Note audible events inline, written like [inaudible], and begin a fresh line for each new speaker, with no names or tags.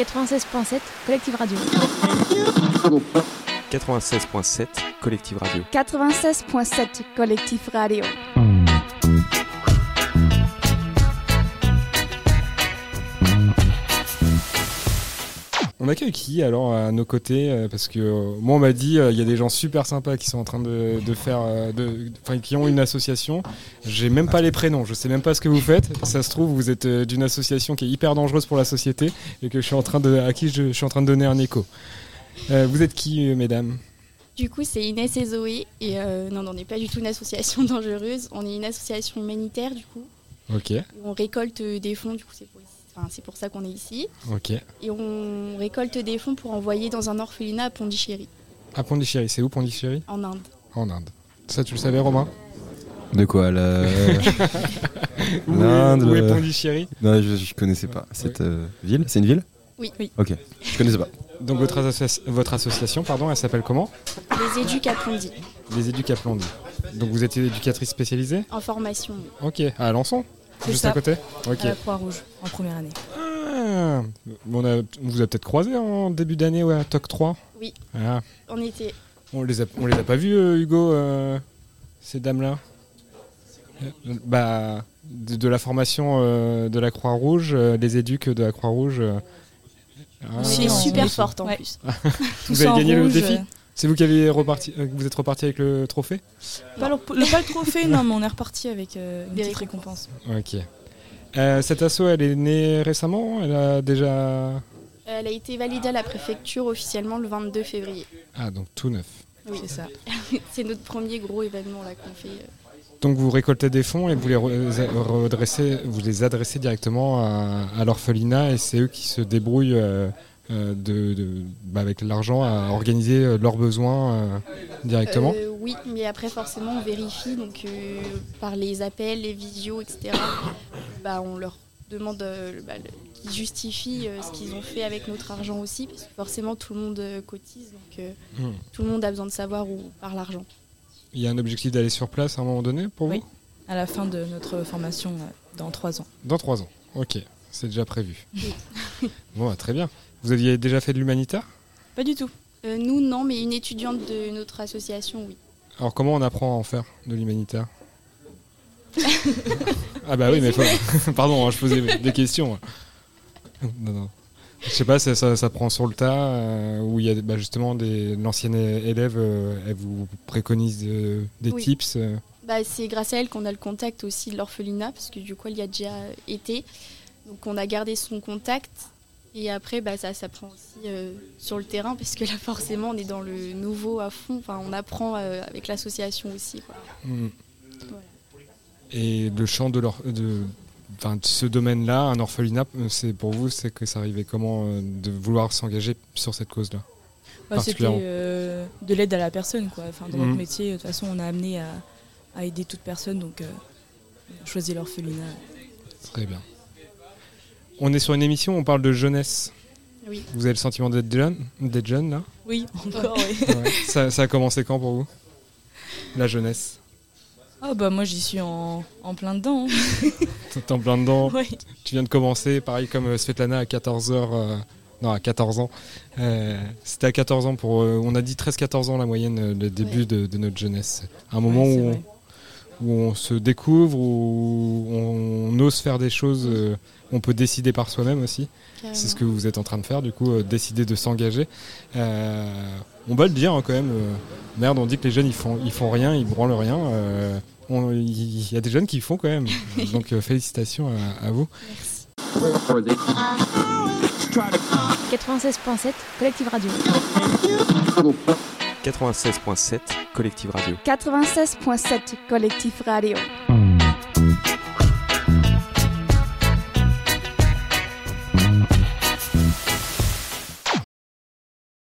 96.7 Collective Radio.
96.7 Collective Radio.
96.7 Collectif Radio.
On accueille qui alors à nos côtés euh, Parce que euh, moi on m'a dit euh, il y a des gens super sympas qui sont en train de, de faire, euh, de- enfin qui ont une association. J'ai même pas les prénoms, je sais même pas ce que vous faites. Ça se trouve vous êtes euh, d'une association qui est hyper dangereuse pour la société et que je suis en train de, à qui je, je suis en train de donner un écho. Euh, vous êtes qui euh, mesdames
Du coup, c'est Inès et Zoé. Et euh, non, non, on n'est pas du tout une association [laughs] dangereuse. On est une association humanitaire, du coup.
Ok,
Et On récolte euh, des fonds, du coup, c'est pour, enfin, c'est pour ça qu'on est ici.
ok.
Et on récolte des fonds pour envoyer dans un orphelinat à Pondichéry,
À Pondichéry, c'est où Pondichéry
en Inde.
En Inde. Ça tu le savais Romain
De quoi là
Où est-
L'Inde,
Où est
le-
Pondichéry
Non, je, je connaissais pas cette euh, ville. C'est une ville
Oui. oui.
Ok, je connaissais pas.
Donc votre, associa- votre association, pardon, elle s'appelle comment
Les éduques à Pondy,
Les Éducaplondes. Donc vous êtes éducatrice spécialisée
en formation.
Ok, à Alençon
C'est
Juste
ça.
à côté Ok.
À la Croix-Rouge en première année.
Ah, on, a- on vous a peut-être croisé en début d'année, ouais, à TOC 3
Oui.
Ah,
On était.
on, les a, on les a pas vus, euh, Hugo, euh, ces dames-là Euh, Bah, de, de la formation euh, de la Croix-Rouge, euh, les éduques de la Croix-Rouge. euh, ah,
On
Si,
était
on-
super
oui.
fortes en
Ouais.
plus.
Tout
Vous avez
ça en
gagné le
rouge,
défi
euh,
C'est vous qui avez reparti, euh, vous êtes reparti avec le trophée
Pas le, le- pas le trophée, non, mais on est reparti avec euh, une
Des
petite récompense.
Ok. Euh, cette asso, elle est née récemment Elle a déjà.
Elle a été validée à la préfecture officiellement le 22 février.
Ah, donc tout neuf.
Oui.
C'est ça.
C'est notre premier gros événement là qu'on fait. euh,
Donc vous récoltez des fonds et vous les re- euh, redressez, vous les adressez directement à, à l'orphelinat et c'est eux qui se débrouillent euh, euh, de, de- bah, avec l'argent à organiser euh, leurs besoins euh, directement.
Euh, Oui, mais après forcément on vérifie donc euh, par les appels, les visios, etc. bah, on leur demande euh, bah, le- qu'ils justifient euh, ce qu'ils ont fait avec notre argent aussi, parce que forcément tout le monde euh, cotise, donc euh,
Hmm.
tout le monde a besoin de savoir où part l'argent.
Il y a un objectif d'aller sur place à un moment donné pour vous
Oui. À la fin de notre formation euh, dans trois ans.
Dans trois ans. Ok, c'est déjà prévu. bon, bah, très bien. Vous aviez déjà fait de l'humanitaire
Pas du tout.
Euh, nous non, mais une étudiante de notre association, oui.
Alors comment on apprend à en faire de l'humanitaire [laughs] Ah bah oui, mais faut- [laughs] pardon, hein, je posais des questions. Non, non. Je sais pas, ça, ça- ça prend sur le tas, euh, où il y a des- bah, justement des, l'ancienne élève, euh, elle vous préconise euh, des
Oui.
tips. euh.
Bah, c'est grâce à elle qu'on a le contact aussi de l'orphelinat, parce que du coup elle y a déjà été, donc on a gardé son contact. Et après, bah, ça s'apprend aussi euh, sur le terrain, parce que là, forcément, on est dans le nouveau à fond. Enfin, on apprend euh, avec l'association aussi. quoi.
Mm. Et le champ de, l'or- de, enfin, de ce domaine-là, un orphelinat, euh, c'est pour vous, c'est que ça arrivait comment euh, de vouloir s'engager sur cette cause-là
Bah, C'était
Particulièrement.
euh, de l'aide à la personne, quoi. Enfin, dans
Mhm.
notre métier, de toute façon, on a amené à, à aider toute personne, donc euh, on a choisi l'orphelinat.
Très bien. On est sur une émission, on parle de jeunesse.
Oui.
Vous avez le sentiment d'être jeune, d'être jeune
[laughs]
là
Oui, encore, oui.
ça, ça a commencé quand pour vous La jeunesse.
Ah bah moi j'y suis en, en plein dedans. hein.
T'es en plein dedans.
Ouais.
Tu viens de commencer, pareil comme euh, Svetlana à 14 heures. euh, non, à 14 ans. Euh, C'était à 14 ans pour. euh, on a dit 13-14 ans la moyenne, euh, le début
Ouais.
de, de notre jeunesse. Un moment
Ouais, c'est
où,
vrai.
on, où on se découvre, où on, ose faire des choses, euh, on peut décider par soi-même aussi. C'est ce que vous êtes en train de faire, du coup, euh, décider de s'engager. Euh, on va le dire hein, quand même. euh, merde, on dit que les jeunes ils font, ils font rien, ils branlent rien. euh, on- Il y a des jeunes qui font quand même. Donc euh, félicitations à, à vous.
96.7 Collectif Radio.
96.7 Collective Radio.
96.7 Collectif Radio.